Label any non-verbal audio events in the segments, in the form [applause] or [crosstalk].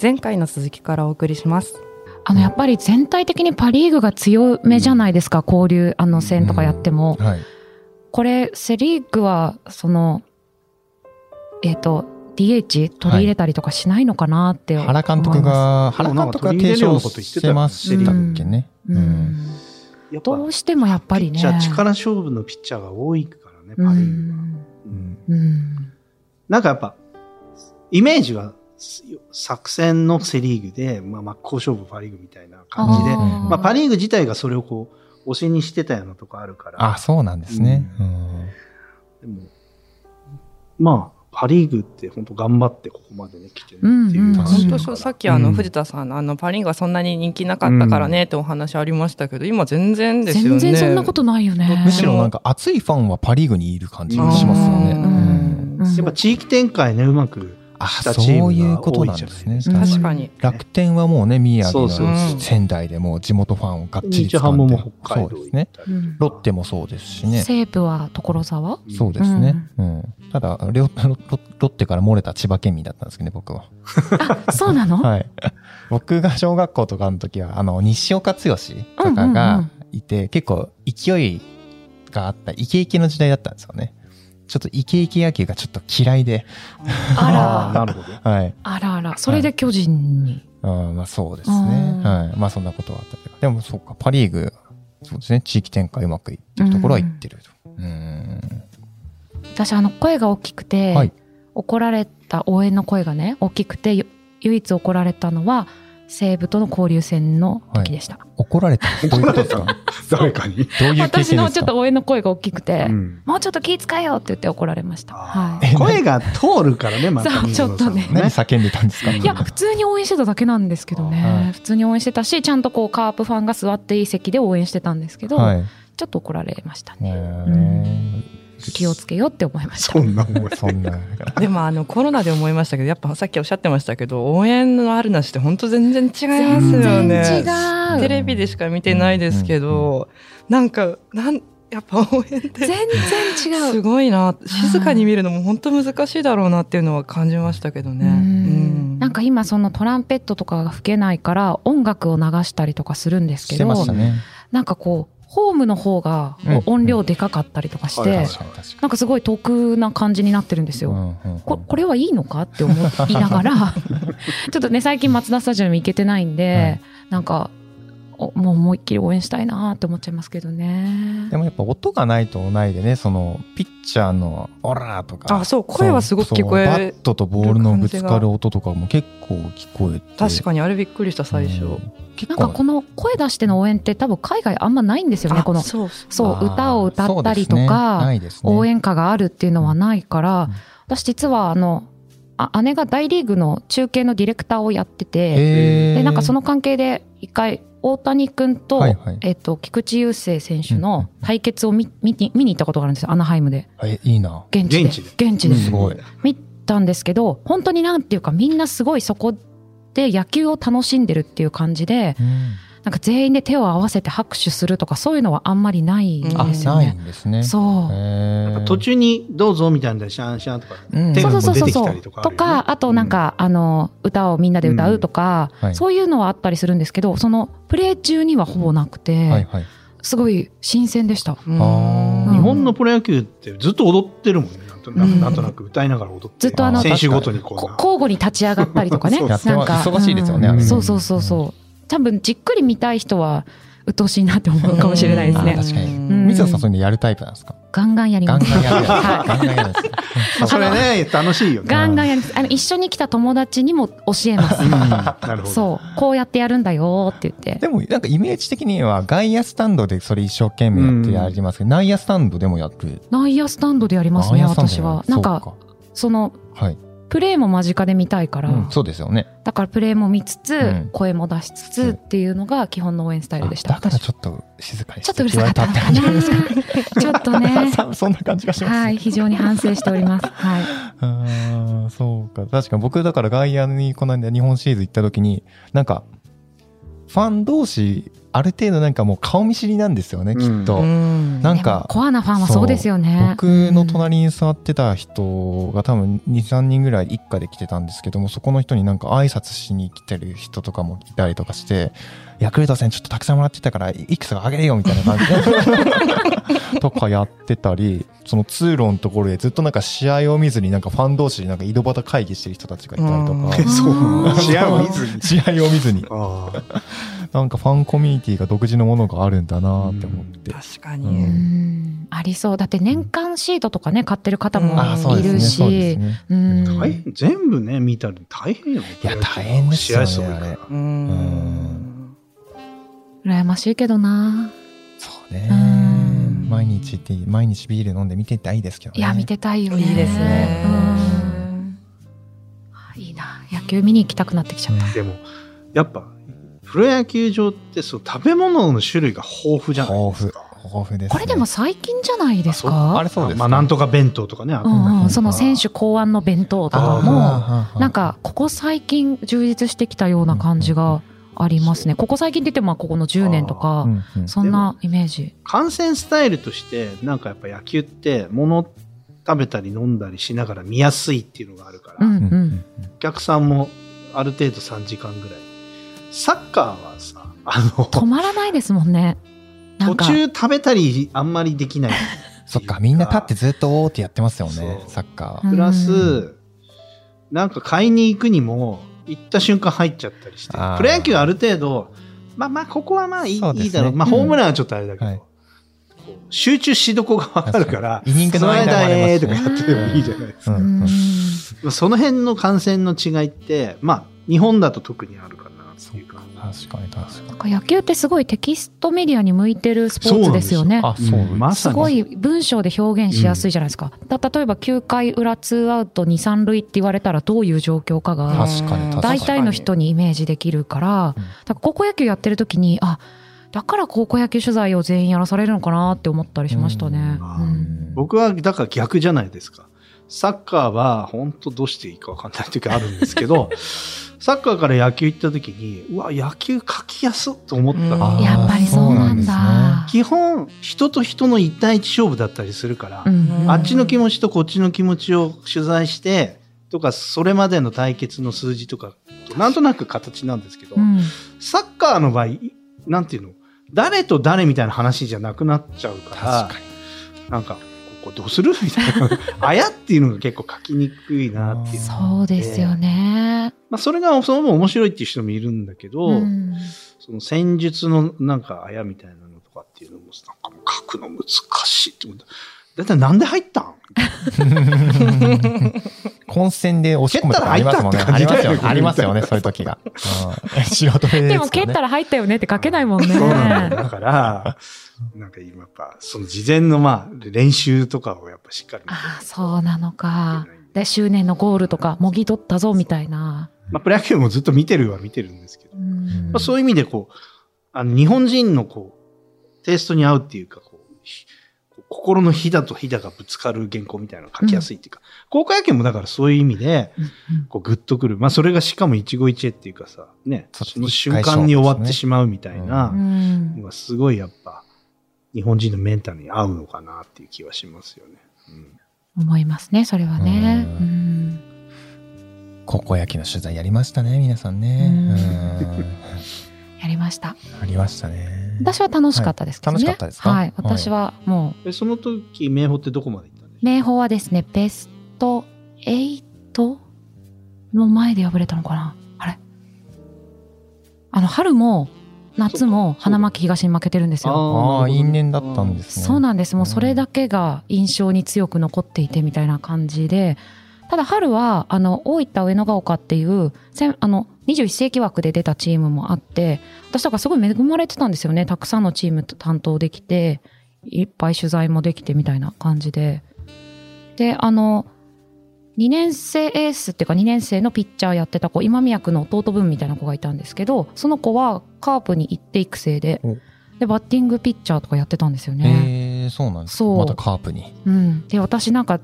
前回の続きからお送りします。あのやっぱり全体的にパ・リーグが強めじゃないですか、交流あの戦とかやっても、はい。これセ・リーグはそのえっ、と DH 取り入れたりとかしないのかなって思いま原す、監督が、で原もなん監か督が提唱してましたっけね。うん、うんやっぱどうしてもやっぱりねピッチャー力勝負のピッチャーが多いからね、パ・うリーグは。んうんうんなんかやっぱ、イメージは、作戦のセ・リーグで、まあ、真っ向勝負パ・リーグみたいな感じで、あーまあ、パ・リーグ自体がそれをこう、推しにしてたようなとこあるから、あ、そうなんですね。うんでも、まあ、パ・リーグって本当頑張ってここまでね、来てるってうんういんう話本だ当かそらうさっきあの、うん藤田さんあのパ・リーグはそんなに人気なかったからねってお話ありましたけど今全然ですよ全ね然そんなことないよねむしろなんか熱いファンはパ・リーグにいる感じがしますよね。うんうんうんやっぱ地域展開ね、うまく。あ、したチームがそういうことなんです多ねい。じゃないです確かに楽天はもうね、宮城そのうそうそう仙台でもう地元ファンをがっちり日ハ掴ムんでもる北そ海う道で行すったりね。とかうんロッテもそうですしね。西武は所沢そうですね。うん。ただ、ロロロロッテから漏れた千葉県民だったんですけどね、僕は。 [laughs] あそうなの、はい。 [laughs] 僕が小学校とかの時は、あの、西岡剛とかうんうんうがいて、結構勢いがあった、イケイケの時代だったんですよね。ちょっとイケイケ野球がちょっと嫌いで、あらなるほど。はい。あらあらそれで巨人に、うんまあそうですねうん。はい。まあそんなことはあったけど。でもそうか、パリーグ、そうですね、地域展開うまくいってるところはいってると。うん。私あの声が大きくて、はい怒られた応援の声がね大きくてゆ唯一怒られたのは西武との交流戦の時でした、怒られたどういうことですか [laughs] 誰かに。どういう経験です [laughs] 私かのちょっと応援の声が大きくて、うんもうちょっと気遣えよって言って怒られました、あはー声が通るからね、またそう水野さんちもょっと何叫んでたんですかい、いや普通に応援してただけなんですけどね、はい普通に応援してたしちゃんとこうカープファンが座っていい席で応援してたんですけど、はい。ちょっと怒られましたね、ね気をつけようって思いましたそんな思いえ。そんな。でもあのコロナで思いましたけどやっぱさっきおっしゃってましたけど応援のあるなしって本当全然違いますよね全然違テうレビでしか見てないですけど、なんかなんやっぱ応援って全然違うすごいな静かに見るのも本当難しいだろうなっていうのは感じましたけどね。うんなんか今そのトランペットとかが吹けないから音楽を流したりとかするんですしけてまどしたね。なんかこうホームの方がうん音量でかかったりとかして、はいはい確かに確かなんかすごい得な感じになってるんですに。よ。うんうんうんここれはいいのかって思いながら [laughs] ちょっとね最近マツダスタジアム行けてないんで、なんかおもう思いっきり応援したいなって思っちゃいますけどねで。もやっぱ音がないとないでね、その、ピッチャーの、オラーとか。あそう声はすごく聞こそうえバットとボールのぶつかる音とかも結構聞こえて。確かにあれびっくりした最初、うん結なんかこ構、の声出しての応援って多分海外あんまないんですよねあこのそうそうそうあー歌を歌ったりとそうですねか、ないですね応援歌があるっていうのはないから、うん私実はあのあ姉が大リーグの中継のディレクターをやってて、へーでなんかその関係で一回大谷君と,、はいはいえっと菊池雄星選手うんの対決を見見に見に行ったことがあるんですよアナハイムでえ、いいな。現地で現地でですごい。見たんですけど本当になんていうかみんなすごいそこで野球を楽しんでるっていう感じでうんなんか全員で手を合わせて拍手するとかそういうのはあんまりないんあですよなねい。んですね。そうへー途中にどうぞみたいなシャンシャンとかうん手そがうこそううそう出そうてきそたうりとかあとるよかあとなねんか、あの歌をみんなで歌うとか、うんはいそういうのはあったりするんですけどそのプレー中にはほぼなくて、はいはい。すごい新鮮でしたうんあー日本のプロ野球ってずっと踊ってるもんねなんとなくうんなんとなく歌いながら踊ってずっとあの選手ごとにここう交互に立ち上がったりとかねそ [laughs] うそうそうなんか忙しいですよねうんあれそうそうそうそう多分じっくり見たい人は鬱陶しいなって思うかもしれないですうんあね確かにうん水野さん、そういうのやるタイプなんですかガンガンやりガンますガンやるやつ。はガンガンやるやつ。なそれね楽しいよいね [laughs] ガンガンやりますあの一緒に来た友達にも教えま [laughs] うんすなるほど [laughs] そうこうやってやるんだよって言ってでも、なんかイメージ的には、外野スタンドでそれ一生懸命やってやりますけど、内野スタンドでもやる。内野スタンドでやりますね内野スタンド私でやるはなんかそうそのかはい。プレーも間近で見たいから、うんそうですよね。だからプレーも見つつ、うん声も出しつつうんっていうのが基本の応援スタイルでした。あだから私ちょっと静かにちょしっとてうる言さわかっれたたっのてかな感じが。ちょっとね。 [laughs] さそんな感じがします。はい、非常に反省しております。はい。ああ、そうか。確か僕、だから外野にこの間日本シリーズ行った時に、なんか、ファン同士ある程度なんかもう顔見知りなんですよね、きっと。んなんでもかコアなファンはそうですよね。僕のうん隣に座ってた人が多分23人ぐらい一家で来てたんですけどもそこの人になんか挨拶しに来てる人とかもいたりとかしてヤクルト戦ちょっとたくさんもらってたからいいくつかあげれよみたいな感じ [laughs] でとかやってたりその通路のところでずっとなんか試合を見ずになんかファン同士でなんか井戸端会議してる人たちがいたりとうんか。そう。試合を見ずに。試合を見ずにああ。なんかファンコミュニティが独自のものがあるんだなって思って、確かううに。んありそうだって年間シートとかね買ってる方うんあもあそういでするねし、そうですねうんうん大変全部ね、見たら大変よ。いや大変ですよね試合すごいからあれううんん。羨ましいけどな。そうねうん毎日って毎日ビール飲んで見てたいですけどねいや見てたいよね。いいですね。うんいいな野球見に行きたくなってきちゃった。ねでも、やっぱ、プロ野球場ってそう食べ物の種類が豊富じゃない豊です富か。豊富ですねこれでも最近じゃないですあかれ。そうですまあ、なんとか弁当とかね、あうとなんんかうん、その選手考案の弁当とかもあなんかここ最近充実してきたような感じがありますね。ここ最近出てまあここの10年とあかうんうんそんなイメージ。観戦スタイルとして、なんかやっぱ野球って、物食べたり飲んだりしながら見やすいっていうのがあるから、うんう。うんうんお客さんもある程度3時間ぐらい。サッカーはさ、あ止の、まらないですもんね。なん途か中食べたりあんまりできない。そっかみんな立ってずっとおーってやってますよねそうサッカうーんプラス、うんなんか買いに行くにも、行った瞬間入っちゃったりしてあー、プロ野球はある程度、まあまあ、ここはまあいい,、そうですねいいだろう。まあ、うんホームランはちょっとあれだけど、はいこう集中しどこがわかるから、イニングそのの間間もありますえねーとかやってればいいじゃないですうか。うんんうんその辺の感染の違いって、まあ、日本だと特にあるかなっていう感じ。確かに確かになんか野球ってすごいテキストメディアに向いてるスポーツですよね。あそううんまさすにごい文章で表現しやすいじゃないですか。だ例えば9回裏ツーアウト2、3塁って言われたらどういう状況かが確かに確かに大体の人にイメージできるからうんだから高校野球やってる時にあだから高校野球取材を全員やらされるのかなって思ったりしましたね。ううんん僕は、だから逆じゃないですか。サッカーは、本当どうしていいかわかんない時あるんですけ [laughs] ど、サッカーから野球行った時に、うわ、野球書きやすっと思ったのうんあーやっぱりそうなんだ。基本、人と人の一対一勝負だったりするから、うんあっちの気持ちとこっちの気持ちを取材して、とか、それまでの対決の数字とかと、なんとなく形なんですけど、うんサッカーの場合、なんていうの誰と誰みたいな話じゃなくなっちゃうから、確かなんか、ここどうするみたいな。 [laughs] あやっていうのが結構書きにくいなっていう。あーそうですよね。まあ、それがその分面白いっていう人もいるんだけど、うんその戦術のなんかあやみたいなのとかっていうのも、なんかもう書くの難しいって思った。だいたいなんで入ったんに [laughs] 混戦で押し込むとかありますもんね蹴ったあらります入ったって感じよありますよねそういう時が [laughs] うん素人目ででもすけ蹴っどねたら入ったよねって書けないもんね。そうなんだよ。だから、なんか今やっぱ、その事前のまあ、練習とかをやっぱしっかり見てああそうなのなかきゃいけない。で執念のゴールとかもぎ取ったぞみたいな。まあ、プロ野球もずっと見てるは見てるんですけど、うんまあ、そういう意味でこう、あの日本人のこう、テイストに合うっていうか、こう、ひこう心のひだとひだがぶつかる原稿みたいなのが書きやすいっていうか、高校野球もだからそういう意味で、こう、グッとくる。まあ、それがしかも一期一会っていうかさ、ね、そうその瞬間に終わってしまうみたいなう、んのがすごいやっぱ、日本人のメンタルに合うのかなっていう気はしますよね。うん思いますねそれはね。ううん高校野球の取材やりましたね皆さんねうんうんやりました。ありましたね私は楽しかったですけどね。はい楽しかったですかはい、私はもえその時、明宝ってどこまで行ったんでう、明豊はですね、ベスト8の前で敗れたのかなあれあの、春も夏も花巻東に負けてるんですすかよ。ああ因縁だったんですねそうなんです。もううんそれだけが印象に強く残っていてみたいな感じで、ただ春は、あの、大分上野が丘っていう、せんあの、21世紀枠で出たチームもあって、私とからすごい恵まれてたんですよね。たくさんのチームと担当できて、いっぱい取材もできてみたいな感じで。で、あの、2年生エースっていうか2年生のピッチャーやってた子、今宮君の弟分みたいな子がいたんですけど、その子はカープに行って育成でお、で、バッティングピッチャーとかやってたんですよね。えー、そうなんですかそうまたカープにうん、で私なんか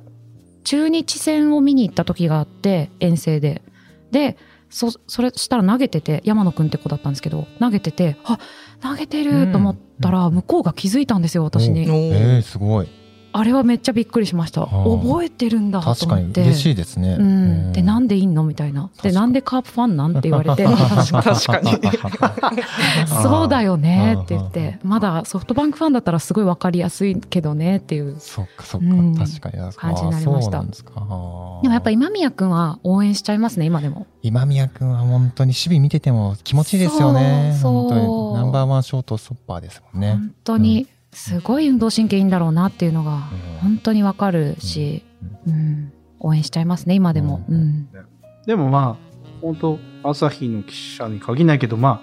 中日戦を見に行った時があって遠征ででそそれしたら投げてて山野くんって子だったんですけど投げててあ投げてると思ったら向こうが気づいたんですよ私に、おーえー、すごい。あれはめっちゃびっくりしましたー覚えてるんだと思って確かに嬉しいですね。うん、でなんんでいんのみたいな確かでになんでカープファンなんて言われ [laughs] て確かに。そうだよねって言っうんうんてまだソフトバンクファンだったらすごい分かりやすいけどねっていうそっかそっか、うん確かにあー感じになりましたそうなんですか。あーでもやっぱ今宮君は応援しちゃいますね今でも今宮君は本当に守備見てても気持ちいいですよね。そう本当そうにナンバーワンショートストッパーですもんね。本当にすごい運動神経いいんだろうなっていうのがうん本当に分かるし、うん、応援しちゃいますね今でも、ううんんでもまあ、本当朝日の記者に限らないけど、まあ、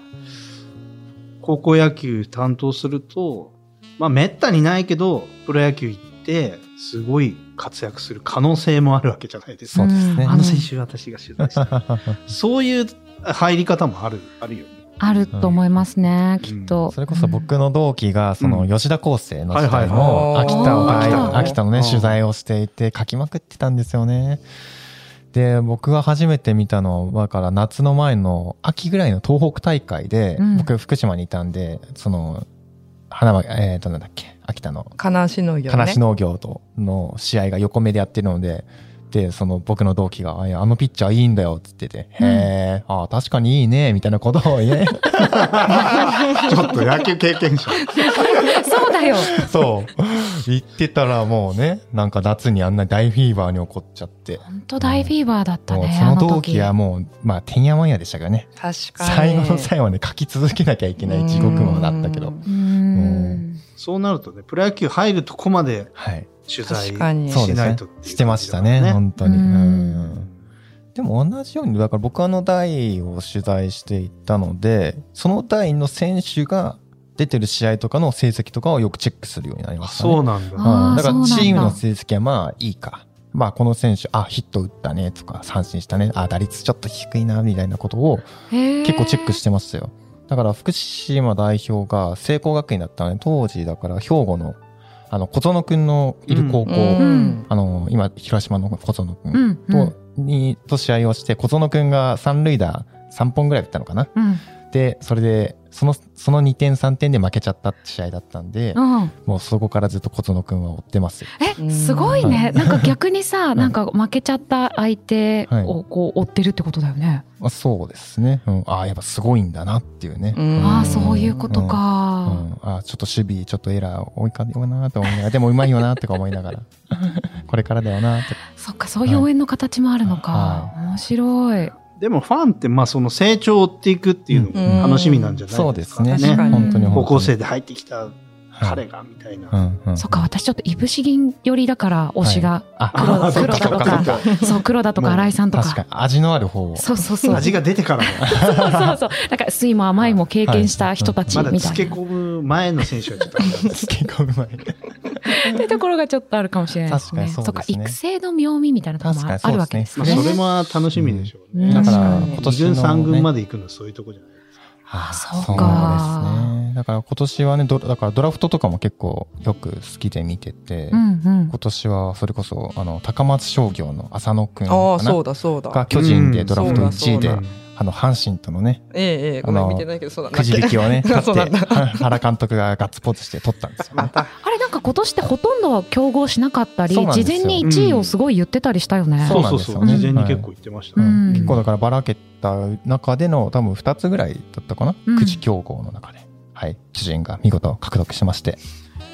高校野球担当すると、まあ、めったにないけど、プロ野球行って、すごい活躍する可能性もあるわけじゃないですそか。うですねんあの選手、私が取材した。そういう入り方もある、あるよね。あると思いますね、きっと、それこそうん僕の同期がそのうん吉田康生の時代はのいはい秋田をあー秋田秋秋田田ののねね取材をしていて書きまくってたんですよね。で僕が初めて見たのはだから夏の前の秋ぐらいの東北大会で、うん僕福島にいたんでその花巻えっ、となんだっけ秋田の悲しのよね。金足農業との試合が横目でやってるので。でその僕の同期が「あいやあのピッチャーいいんだよ」っつってて「うんへえ、ああ確かにいいね」みたいなことをねちょっと野球経験者。そうだよそう。言ってたらもうね、なんか夏にあんな大フィーバーに起こっちゃって。本当大フィーバーだったもうね、そあのの同時期はもう、まあ、てんやわんやでしたからね。確かに。最後の最後まで書き続けなきゃいけない地獄もだったけうど。んうーんそうなるとね、プロ野球入るとこまではい。取材確かに。そうしですないねとっていう感じだもんね。してましたね、本当に。ううんん。でも同じように、だから僕はあの代を取材していったので、その代の選手が出てる試合とかの成績とかをよくチェックするようになりまあしたね。そうなんだ。あーそだかうらなんだチームの成績はまあいいか。まあこの選手、あ、ヒット打ったねとか、三振したね、あ、打率ちょっと低いな、みたいなことを結結構チェックしてましたよ。だから福島代表が聖光学院だったので、当時だから兵庫の、あの、小園くんのいる高校、うんあの、今、広島の小園くんうと、んうんに、と試合をして、小園くんが三塁打3本ぐらい打ったのかな。うんで、それで、その、その2点3点で負けちゃった試合だったんで、うんもうそこからずっと小園くんは追ってますよ。うえんすごいねなんか逆にさいなんか負けちゃった相手をこう追ってるってことだよね、まあ、そうですね。うん、ああ、やっぱすごいんだなっていうね。うんああそういうことうか、ん。うんああ、ちょっと守備、ちょっとエラー多いかよなと思いながら、でもうまいよなとか思い [laughs] ながら、これからだよなとか。そっかそういう応援の形もあるのか、は面白いでもファンってまあその成長を追っていくっていうのも楽しみなんじゃそなういでですすかね。ね。確かに本当に本当に。高校生で入ってきたはい、彼がみたいな。うんうん。そっか私ちょっといぶし銀寄りだから推しが、黒黒だとあ、かそっそっそう黒田とか新井さんとか確かに、味のある方を。 [laughs] そうそうそう味が出てからも。そうそうそうなんか酸いも甘いも経験した人たちまみただいな、漬け込む前の選手はちょっとあれなんでつすけ込む前に。ってところがちょっとあるかもしれないですね。確かにそそっうかで、すね育成の妙味みたいなところもあ確かるにそわうけでですすまあね。それも楽しみでしょううね。んだから、確かに今二年軍の、三軍まで行くのはそういうとこじゃないですか。あそうかそうですね。だから今年はね、ドラだからドラフトとかも結構よく好きで見てて、うんうん今年はそれこそあの高松商業の浅野くんああ、かそうなだそうがだ。巨人でドラフトうん1位そうでだあの阪神とのねええええ、ごめんあの見てないけど、そうだな。くじ引 [laughs] きをね取ってそうなんだ [laughs] 原監督がガッツポーズして取ったんですよ、まね。た。あれなんか今年ってほとんど競合しなかったりそうなん事ですよ前に1位をすごい言ってたりしたよね。そうなそんうですそよう。ね事前に結構言ってましたうね。ん結構だからばらけた中での多分2つぐらいだったかな、うんくじ競合の中で。はい、巨人が見事獲得しまして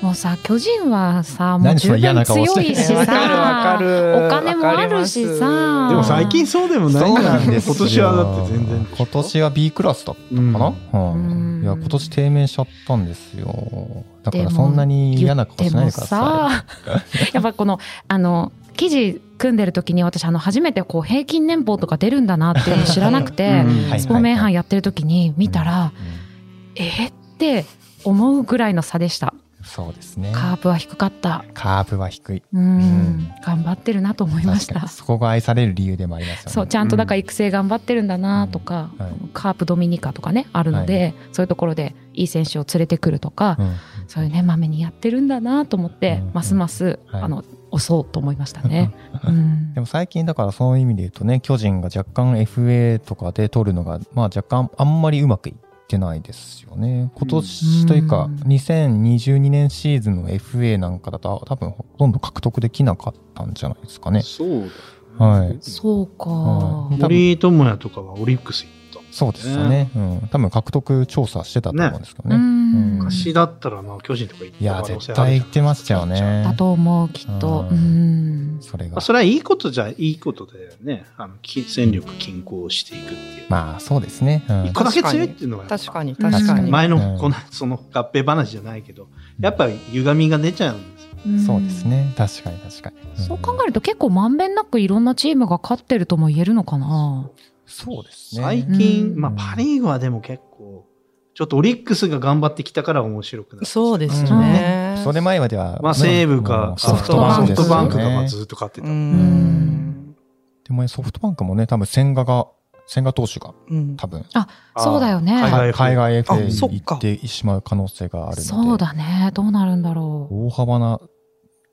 もうさ巨人はさもう何十それ嫌分な顔して強いしわかるわかさる。お金もあるしさわかりでもます最近そうでもないそうかなら、んです今よ年はだって全然。今年は B クラスだったかな、うんうんいや今年低迷しちゃったんですよだからそんなに [laughs] 嫌な顔しないでくださでもさやっぱこのあの記事組んでる時に私あの初めてこう平均年俸とか出るんだなって知らなく [laughs] てうんはいスポメンハンやってる時に見たら、い、うんえーって思うぐらいの差でした。そうですね。カーブは低かった。カーブは低い。うん、ん頑張ってるなと思いまし確たかに。そこが愛される理由でもありますよね。そうちゃんとだから育成頑張ってるんだなとか、うんはいカープドミニカとかねあるので、そういうところでいい選手を連れてくるとか、うんそういうねまめにやってるんだなと思って、うんますます、はいあの押そうと思いました [laughs] ね。うんでも最近だからその意味で言うとね巨人が若干 FA とかで取るのがまあ若干あんまりうまくいってないですよね今年というかうん2022年シーズンの FA なんかだと多分ほとんど獲得できなかったんじゃないですかねそうだ。はいそうか、はい多分森友哉とかはオリックス行っそうですよね、うん、多分獲得調査してたと思うんですけどねうんた。昔だったら、まあ、巨人とか行っいやた可能性絶ある対じゃ言んってましたよねだと思うきっと。ううんんそれまがあ、それはいいことじゃ、いいことだよね。あの、き戦力均衡していくっていう。まあそうですね、うん一個だけ強いっていうのは、確かにうん確かに前うんの、この、その合併話じゃないけど、やっぱり歪みが出ちゃうんですよ。そうです。ね確かに確かに、んそう考えると結構まんべんなくいろんなチームが勝ってるとも言えるのかな。そうですね最近、うんまあ、パ・リーグはでも結構、ちょっとオリックスが頑張ってきたから面白くなってきたそうですうんね。それ前までは、まあ、西武かもうソフトバンクですソフよトねバンクがまあずっと勝ってたうもん。ん。でもねソフトバンクもね、多分千賀が、千賀投手がうん。多分、あーそうだよね。海海外 FA 海外 FA あそにっ行かってしまう可能性があるので、そうだね。どうなるんだろ大幅な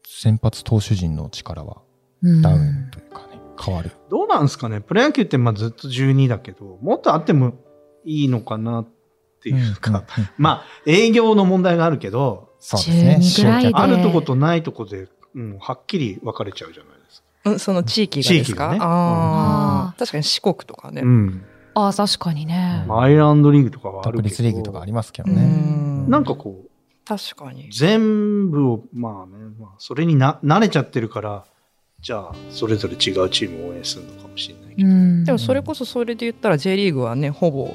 先発投手陣の力はう。うんダウンというかね、変わる。どうなんですかねプロ野球ってまあずっと12だけど、もっとあってもいいのかなっていうか、うんうんうんまあ営業の問題があるけど、そうですね、 12ぐらいで集客あるとことないとこで、うん、はっきり分かれちゃうじゃないですか。うんその地域がで地す域がかねあうあ。確かに四国とかねう。ん。ああ、確かにね。まあアイランドリーグとかはある独けど。立リーグとかありますけどうね。んなんかこう、確かに。全部を、まあね、まあ、それにな慣れちゃってるから、じゃあ、それぞれ違うチームを応援するのかもしれないけうど。ん。でもそれこそそれで言ったら J リーグはねほぼ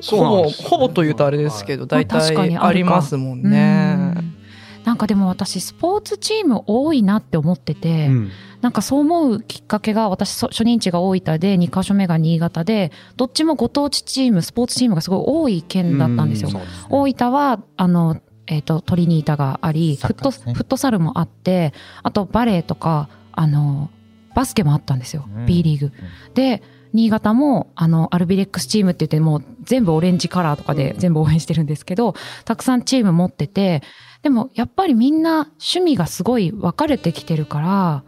そほうなんぼですよねほぼというとあれですけはいどまあ大確か体にあるかありますもんうね。んなんかでも私スポーツチーム多いなって思ってて、うんなんかそう思うきっかけが私そ初任地が大分で2か所目が新潟でどっちもご当地チームスポーツチームがすごい多い県だったんですよう。うですね大分はあの、えー、とトリニータがありサフッッカトーですねフットサルもあってあとバレエとかあのバスケもあったんですよ、うん B リーグ。で新潟もあのアルビレックスチームって言ってもう全部オレンジカラーとかで全部応援してるんですけどたくさんチーム持っててでもやっぱりみんな趣味がすごい分かれてきてるから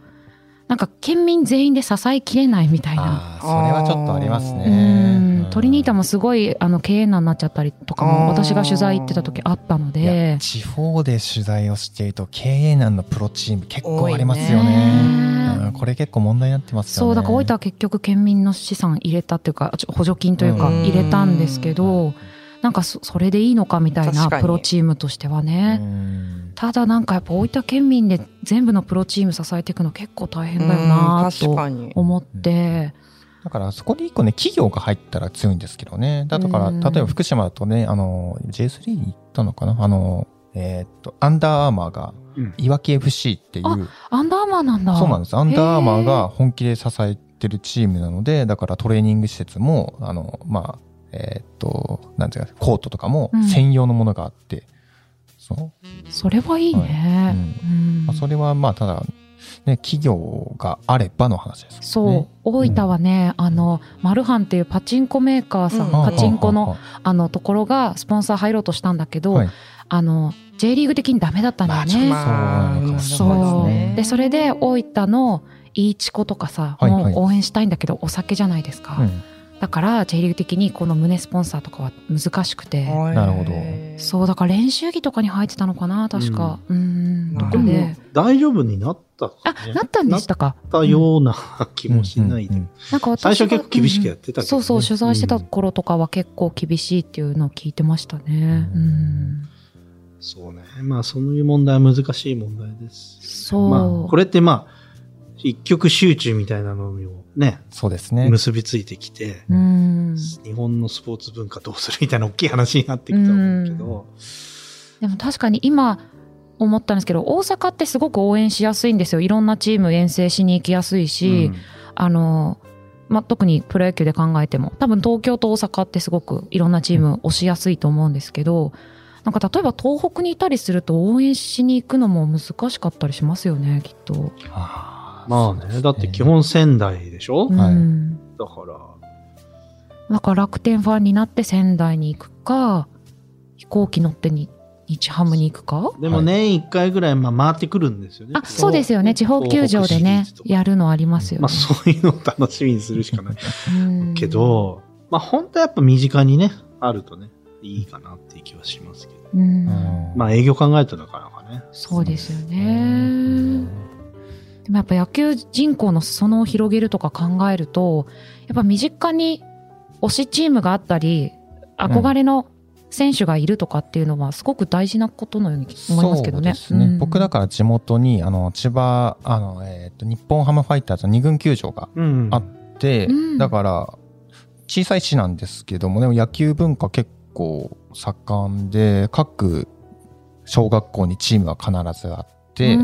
なんか県民全員で支えきれないみたいな。ああ、それはちょっとありますうね。んトリニータもすごいあの経営難になっちゃったりとかもあー私が取材行ってた時あったのいやで地方で取材をしていると経営難のプロチーム結構ありますよ多いね。ねうんこれ結構問題になってますよね。そうだから大分は結局県民の資産入れたっていうかちょ補助金というかうん入れたんですけうどんなんかそそれでいいのかみたいな確かにプロチームとしてはうねんただなんかやっぱ大分県民で全部のプロチーム支えていくの結構大変だようなん確とかに。思ってだからそこで一個ね、企業が入ったら強いんですけどね。だから、うん例えば福島だとね、あの、J3 に行ったのかなあの、えーっと、アンダーアーマーが、うんいわき FC っていう、アンダーマンなんだそうなんです。アンダーアーマーへが本気で支えてるチームなので、だからトレーニング施設も、あの、まあ、えーっと、なんていうか、コートとかもうん専用のものがあって、そう。それはいいはいうねんうんまあ、それはまあ、ただ、ね、企業があればの話です、ね。そう、大分はね、あのマルハンっていうパチンコメーカーさん、うんパチンコはのははは、あのところがスポンサー入ろうとしたんだけど、はいあの J リーグ的にダメだったんだよね。まあそうなのかもしれないですそうねでそれで大分のいいちことかさ、はいもはいう応援したいんだけどお酒じゃないですか、うんだから J リーグ的にこの胸スポンサーとかは難しくて、なるほどう。そうだから練習着とかに入ってたのかな確か、うん、なるほなでどのもで、大丈夫になったかあねなったんでしたかなったような気もしないで。うんうんなんか私最が初結構厳しくやってたけどね、そうそう取材してたうん頃とかは結構厳しいっていうのを聞いてましたね。ううんん、そうね。まあ、そういう問題は難しい問題です。そう、まあ、これってまあ、一極集中みたいなのにもね、そうですね。結びついてきて、うん、日本のスポーツ文化どうするみたいな大きい話になってきたと思うけど、でも確かに今思ったんですけど大阪ってすごく応援しやすいんですよいろんなチーム遠征しに行きやすいし、あの、まあ、特にプロ野球で考えても多分東京と大阪ってすごくいろんなチーム押しやすいと思うんですけど、なんか例えば東北にいたりすると応援しに行くのも難しかったりしますよねきっと。あーまあね、だって基本仙台でしょ、はいうんだから、なんか楽天ファンになって仙台に行くか飛行機乗ってに日ハムに行くかでも年1回ぐらいまあ回ってくるんですよね。あそうですよね地方球場でね東北シリーズとかやるのありますよね。まあそういうのを楽しみにするしかないうんけど、まあ本当はやっぱ身近にね、あるとね、いいかなっていう気はしますけど。うんうんまあ営業考えるとなかなかね。そうですようんね。でもやっぱ野球人口の裾野を広げるとか考えるとやっぱ身近に推しチームがあったり憧れの選手がいるとかっていうのはすごく大事なことのように思いますけどね。そうですね。僕だかから地元に、あの、千葉、あの、えっ、と、日本ハムファイターズの二軍球場がうんあって、うんだから、小さい市なんですけども、でも野球文化結構盛んで、各小学校にチームは必ずあって、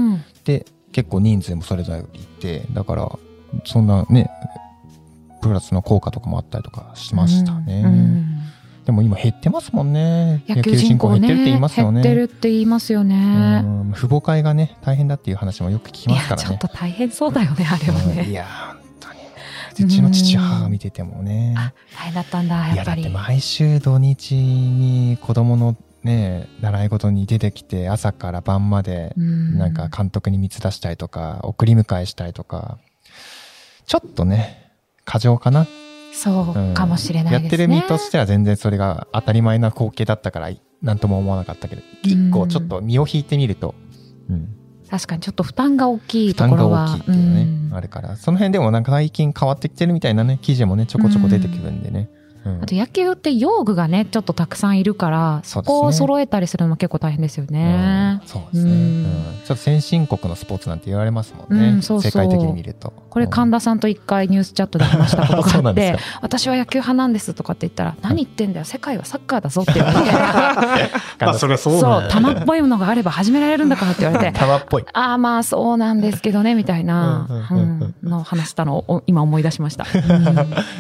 で、結構人数もそれぞれいて、だから、そんなね、プラスの効果とかもあったりとかしましたね。でも今減ってますもんね。野球人口野球人口減ねってるって言いますよ減ね。ってるって言いますよね。うん父母会がね大変だっていう話もよく聞きいまやすからちね。ょっと大変そうだよねあれはうんいね。や本当にうちの父母が見ててもね。あ大変だったんだいややっだぱってり。毎週土日に子供のね習い事に出てきて朝から晩までななんか監督に見つ出したりとか、送り迎えしたりとかちょっとね過剰かな、そううんかもしれなやいっでてすね。る身としては全然それが当たり前な光景だったから何とも思わなかったけど一個ちょっと身を引いてみると、うん、確かにちょっと負担が大きい負と担こがろは大きいっていうね、うんあるからその辺でもなんか最近変わってきてるみたいなね記事もねちょこちょこ出てくるんでね、うんあと野球って用具がねちょっとたくさんいるからそうそですねこを揃えたりするのも結構大変ですよねうん、そうですね、ううんんちょっと先進国のスポーツなんて言われますもんね、うんそうそう世界的に見るとこれ神動田さんと一回ニュースチャットで話したこと [laughs] そがあうなっんでてすか私は野球派なんですとかって言ったら何言ってんだよ世界はサッカーだぞって言 [laughs] われてまあそれはそそううなんだ玉っぽいものがあれば始められるんだからって言われて玉っぽいああまあそうなんですけどねみたいな、うんうんうんうんうんのを話したのを今思い出しま [laughs] した、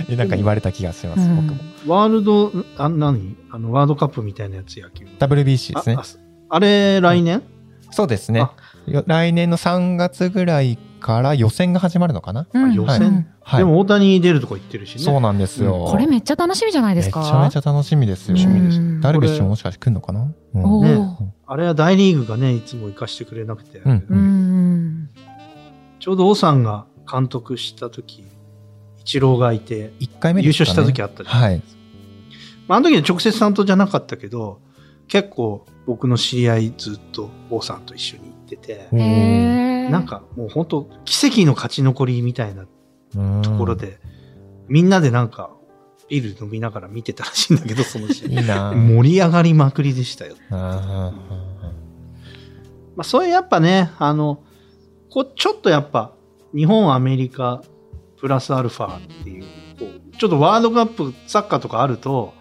えなんか言われた気がします、うん僕もワールド、んあ、何あの、ワールドカップみたいなやつ野球の。 WBC ですねあああれ、来年そうですねあよ来年の3月ぐらいから予選が始まるのかな、うん予選うんはい、でも大谷出るとか言ってるしね。そうなんですよ、うんこれめっちゃ楽しみじゃないでめすちかゃめちゃ楽しみですよ、楽しみですうんダルビッシュももしかして来るのかな、うんおお、ねあれは大リーグがね、いつも行かしてくれなくて、ううんんうんちょうど王さんが監督した時、一郎がいて、一回目優ですか勝ねした時あったじゃん。はいまあ、あの時は直接担当じゃなかったけど、結構僕の知り合いずっと王さんと一緒に行ってて、うんへえなんかもう本当奇跡の勝ち残りみたいなうんところで、みんなでなんかビール飲みながら見てたらしいんだけど、その試合いい [laughs] なぁ盛り上がりまくりでしたよ。あまあ、そういうやっぱね、あの、こうちょっとやっぱ、日本、アメリカ、プラスアルファっていう、こうちょっとワールドカップ、サッカーとかあると、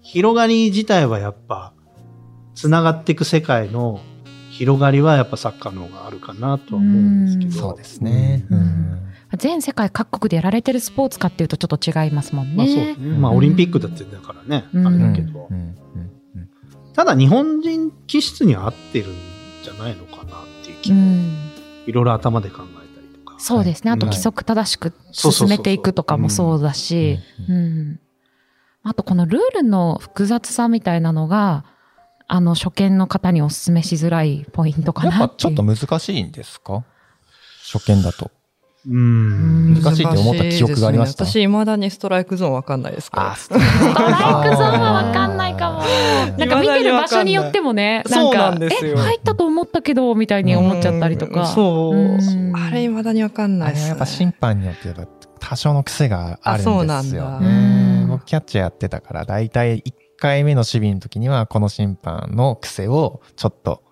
広がり自体はやっぱ、つながっていく世界の広がりはやっぱサッカーの方があるかなとは思うんですけうんーど。そうですね、ううんん全世界各国でやられてるスポーツかっていうとちょっと違いますもんね。まあそうね。まあオリンピックだってだからね、うんあれうだんけどう。んうんただ日本人気質には合ってるんじゃないのかなっていう気うも、んいろいろ頭で考えたりとか。そうですね。あとはい規則正しくそうそうそうそう進めていくとかもそうだし、うんあとこのルールの複雑さみたいなのが、あの初見の方にお勧めしづらいポイントかやっなぱってちいょっとう。難しいんですか初見だとうん。うん難しいって思った記憶がありまし難たいですね私、未だにストライクゾーンわかんないですから。ストライクゾストライクゾーンはわかんないかも。なんか見てる場所によってもね、なんそうなかん、ですえ、よ入ったと思ったけど、みたいに思っちゃったりとうんか。そう。うんあれ、未だにわかんあないれではす、やっぱ審判によってやっぱ多少の癖があるあそうんなでんすだようねん僕キャッチャーやってたから大体1回目の守備の時にはこの審判の癖をちょっと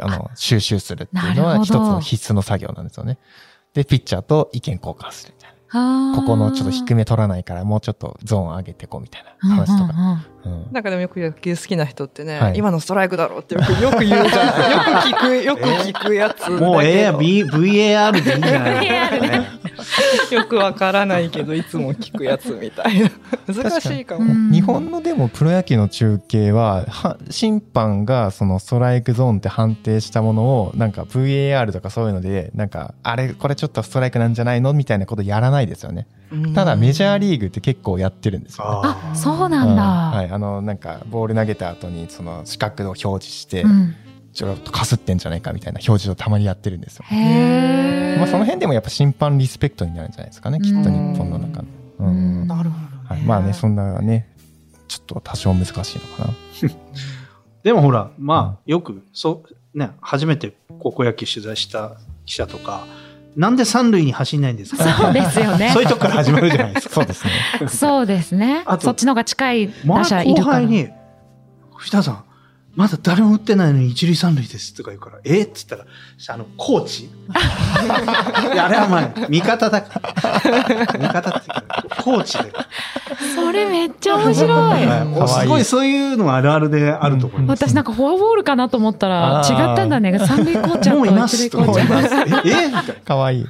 あの収集するっていうのなるはほ一つどの必須の作業なんですよねでピッチャーと意見交換するみたいなあーここのちょっと低め取らないからもうちょっとゾーン上げてこうみたいな話とか。うんなんかでもよく野球好きな人ってね、はい今のストライクだろってよくよく言うじゃん。よ [laughs] く聞く、よく聞くやつ。もうええや、B、VAR でいいんじゃない VAR ねよくわからないけどいつも聞くやつみたいな難しいかもうん日本のでもプロ野球の中継はは審判がそのストライクゾーンって判定したものをなんか VAR とかそういうのでなんかあれこれちょっとストライクなんじゃないのみたいなことやらないですよねただメジャーリーグって結構やってるんですよ、ねあそうななんだ、うんはい、あのなんかボール投げた後にその四角を表示して、うんちょっとかすってんじゃないかみたいな表示をたまにやってるんですよ、へえ、まあ、その辺でもやっぱ審判リスペクトになるんじゃないですかねきっと日本の中の、うんうんなるほど、はい、まあねそんなねちょっと多少難しいのかなでもほら、まあ、よく、そう、ね、初めて高校野球取材した記者とか、なんで三塁に走んないんですかそうですよね [laughs] そういうとこから始まるじゃないで [laughs] すか。そうですねそうですねあとそっちの方が近いま打者あ、い後るから輩に、藤田さん、まだ誰も打ってないのに一塁三塁ですとか言うから、えっつったら、あの、コーチいや、あれはまあ、味方だから。味方って言うからコーチで。それめっちゃ面白いはいかわいいすごい、そういうのはあるあるであると思います。私なんかフォアボールかなと思ったらあ違ーったんだね三塁コーチャーもとういます一と塁コー思チいャーます。ええみたいな。かわいい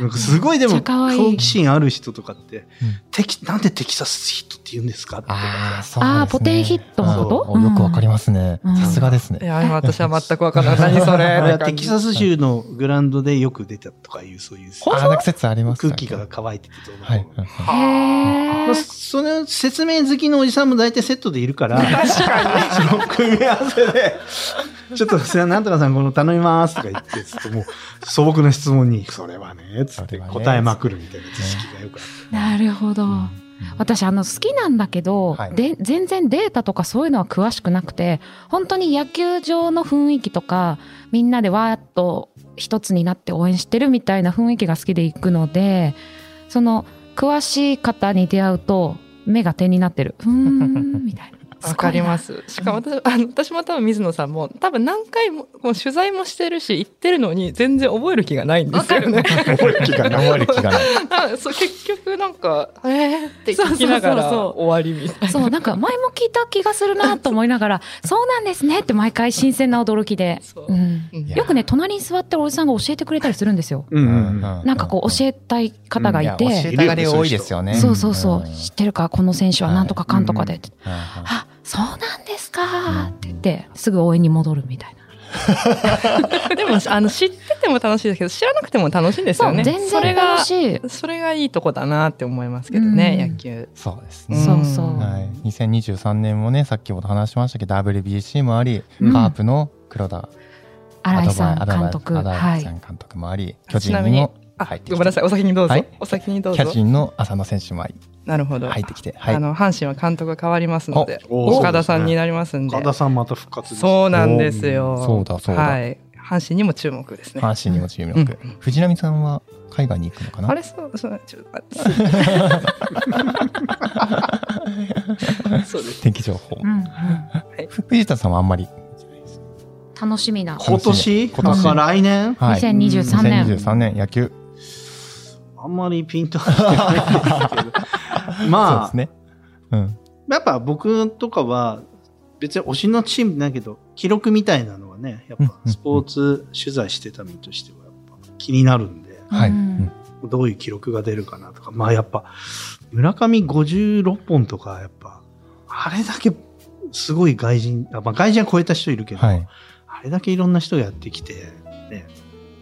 なんかすごいでめも、っちゃ可愛い好奇心ある人とかってうん、テキなんでテキサスヒットって言うんですかって。ああ、そうああーポテンヒットのことおよくわかりますね。うんさすがですいね。や今私は全くわから [laughs] ない何それあれはって感テじキサス州のグラウンドでよく出たとかいう、そういうああ、なんか説あります空気が乾いててどうのこうはのい。うんうんへまあーその説明好きのおじさんも大体セットでいるから、確かに。その組み合わせで、ちょっとすいません、なんとかさんこの頼みますとか言って、ちょっともう素朴な質問に、それはね、つって答えまくるみたいな知識がよくあなる。るほど私あの好きなんだけど、はいで全然データとかそういうのは詳しくなくて本当に野球場の雰囲気とかみんなでわーっと一つになって応援してるみたいな雰囲気が好きで行くのでその詳しい方に出会うと目が点になってるうーんみたいなわかりますす。しかも私あの私も多分水野さんも多分何回ももう取材もしてるし行ってるのに全然覚える気がないんですよね。覚える気がない。覚える気がない。あ [laughs] そう結局なんか「えー」ってそうそ聞うそうそうきながら終わりみたいな。そうなんか前も聞いた気がするなと思いながらそうなんですねって毎回新鮮な驚きで、そううんうんよくね隣に座ってるおじさんが教えてくれたりするんですようんなんかこう教えたい方がいて、や教えたがり多いですよね。そうそうそう、ん知ってるか、この選手はなんとかかんとかで、うんあそうなんですかって言って、すぐ応援に戻るみたいな。でもあの知ってても楽しいですけど知らなくても楽しいですそよう、ね。全それ然が楽しい。それがいいとこだなって思いますけどね、うん野球。そうですんね。そうそううんはい。2023年もね、さっきほど話しましたけど、WBC もあり、うんカープの黒田新井さんアドバイ監督、アドバイはさい。ん監督もあり、巨ちな人みににもあ入ってきてごめんなさいお先にどうぞ、はいお先にどうぞ巨。人の浅野選手もなるほど。入ってきて、はあい。の阪神は監督が変わりますのでお岡田さんになりますんで。岡田さんまた復活です。そうなんですよ。そうだそうだはい。阪神にも注目ですね。阪神にも注目うん。藤波さんは海外に行くのかなあれそうそうちょっと待ってそうです。天気情報う。んうん藤田さんはあんまり。楽しみな。今年今年だから来年はい。 2023年2023年野球。あんまりピンとは来てな [laughs] いんですけど。そうでますあ、ね。うん。やっぱ僕とかは、別に推しのチームだけど、記録みたいなのはね、やっうんうぱんスポーツ取材してた身としては、やっぱ気になるんで、はい。ううんんどういう記録が出るかなとか、まあやっぱ、村上56本とか、やっぱ、あれだけすごい外人、あまあ外人は超えた人いるけど、はい。あれだけいろんな人がやってきて、ね、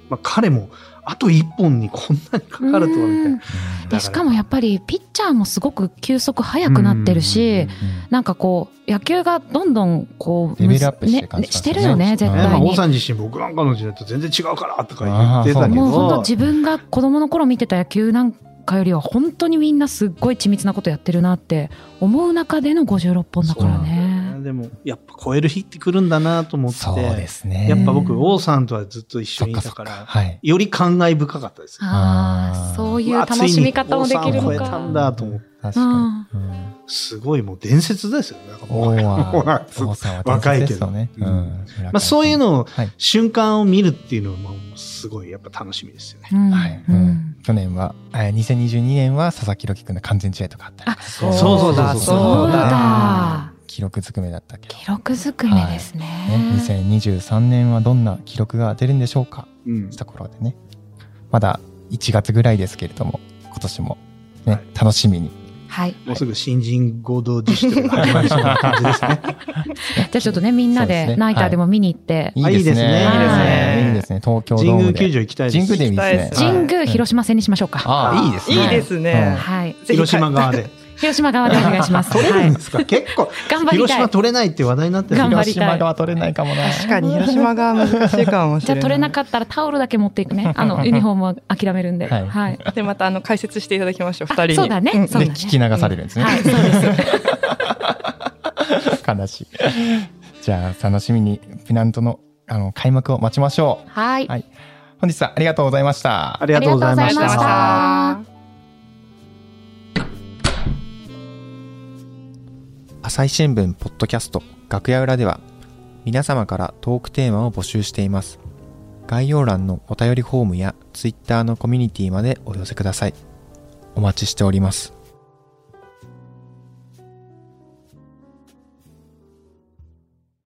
まあ彼も、あと1本にこんなにかかるとは、みたいな。で、しかもやっぱり、ピッチャーもすごく球速速くなってるし、なんかこう、野球がどんどんこう、レベルアップしてるね感ねじがししてますねるよね、絶ねまあ、対王に。さん自身僕なんかの時代と全然違うからとか言ってたけんもう本当ど、自分が子供の頃見てた野球なんかよりは本当にみんなすっごい緻密なことやってるなって思う中での56本だからね。でもやっぱ超える日って来るんだなと思って、そうですね。やっぱう僕ん王さんとはずっと一緒そっにいかたそっかか。ら、はい。より感慨深かったですよ。ああ、そういううわ楽しみ方もできるついにの王さんを超えたんか。だと思って確かに。うんすごいもう伝説ですよね。なんか [laughs] も王うは、王さんは天才ですよね。若いけどうんうんまあそういうのをはい。瞬間を見るっていうのはもうすごいやっぱ楽しみですよね。うんはい。ううんん去年は、えー2022年は佐々木朗希君の完全試合とかあったりとかしてうそうそうだそうそうだだ。記録ずくめだったけど。記録ずくめですね。ね、2023年はどんな記録が出るんでしょうか。うんし。た頃でね。まだ1月ぐらいですけれども、今年もね、はい楽しみに。はい。もうすぐ新人合同自主とか始まりそうな感じですね。 [laughs] じゃあちょっとね、みんなそうですでねナイターでも見に行って、いあいですね。いいですねいいですね。東京ド神ーム宮で。球場行きたいです。神宮でいいです行。きたねい神は宮い広島戦にしましょうか。ああ、いいですね。いいですね。はい。ぜひ広島側で。広島側でお願いします。 [laughs] 取れはるんいですか結構。頑張り広た島い。取れないって話題になってる。頑張広りたい島側取れないかもな。確かに広島が難しいかもしじれゃあ [laughs] ない。取れなかったらタオルだけ持っていくね。あの、ユニフォームは諦めるんで。はいはい。でまたあの解説していただきましょう二人に。そうだねんそうで、だね聞き流されるんですね。はい、そうです。悲しい。じゃあ、楽しみに、ペナントのあの開幕を待ちましょはい。う。はい。本日はありがとうございました。ありがとうございまありし。がとうございましたた。朝日新聞ポッドキャスト楽屋裏では皆様からトークテーマを募集しています概要欄のお便りフォームや Twitter のコミュニティまでお寄せくださいお待ちしております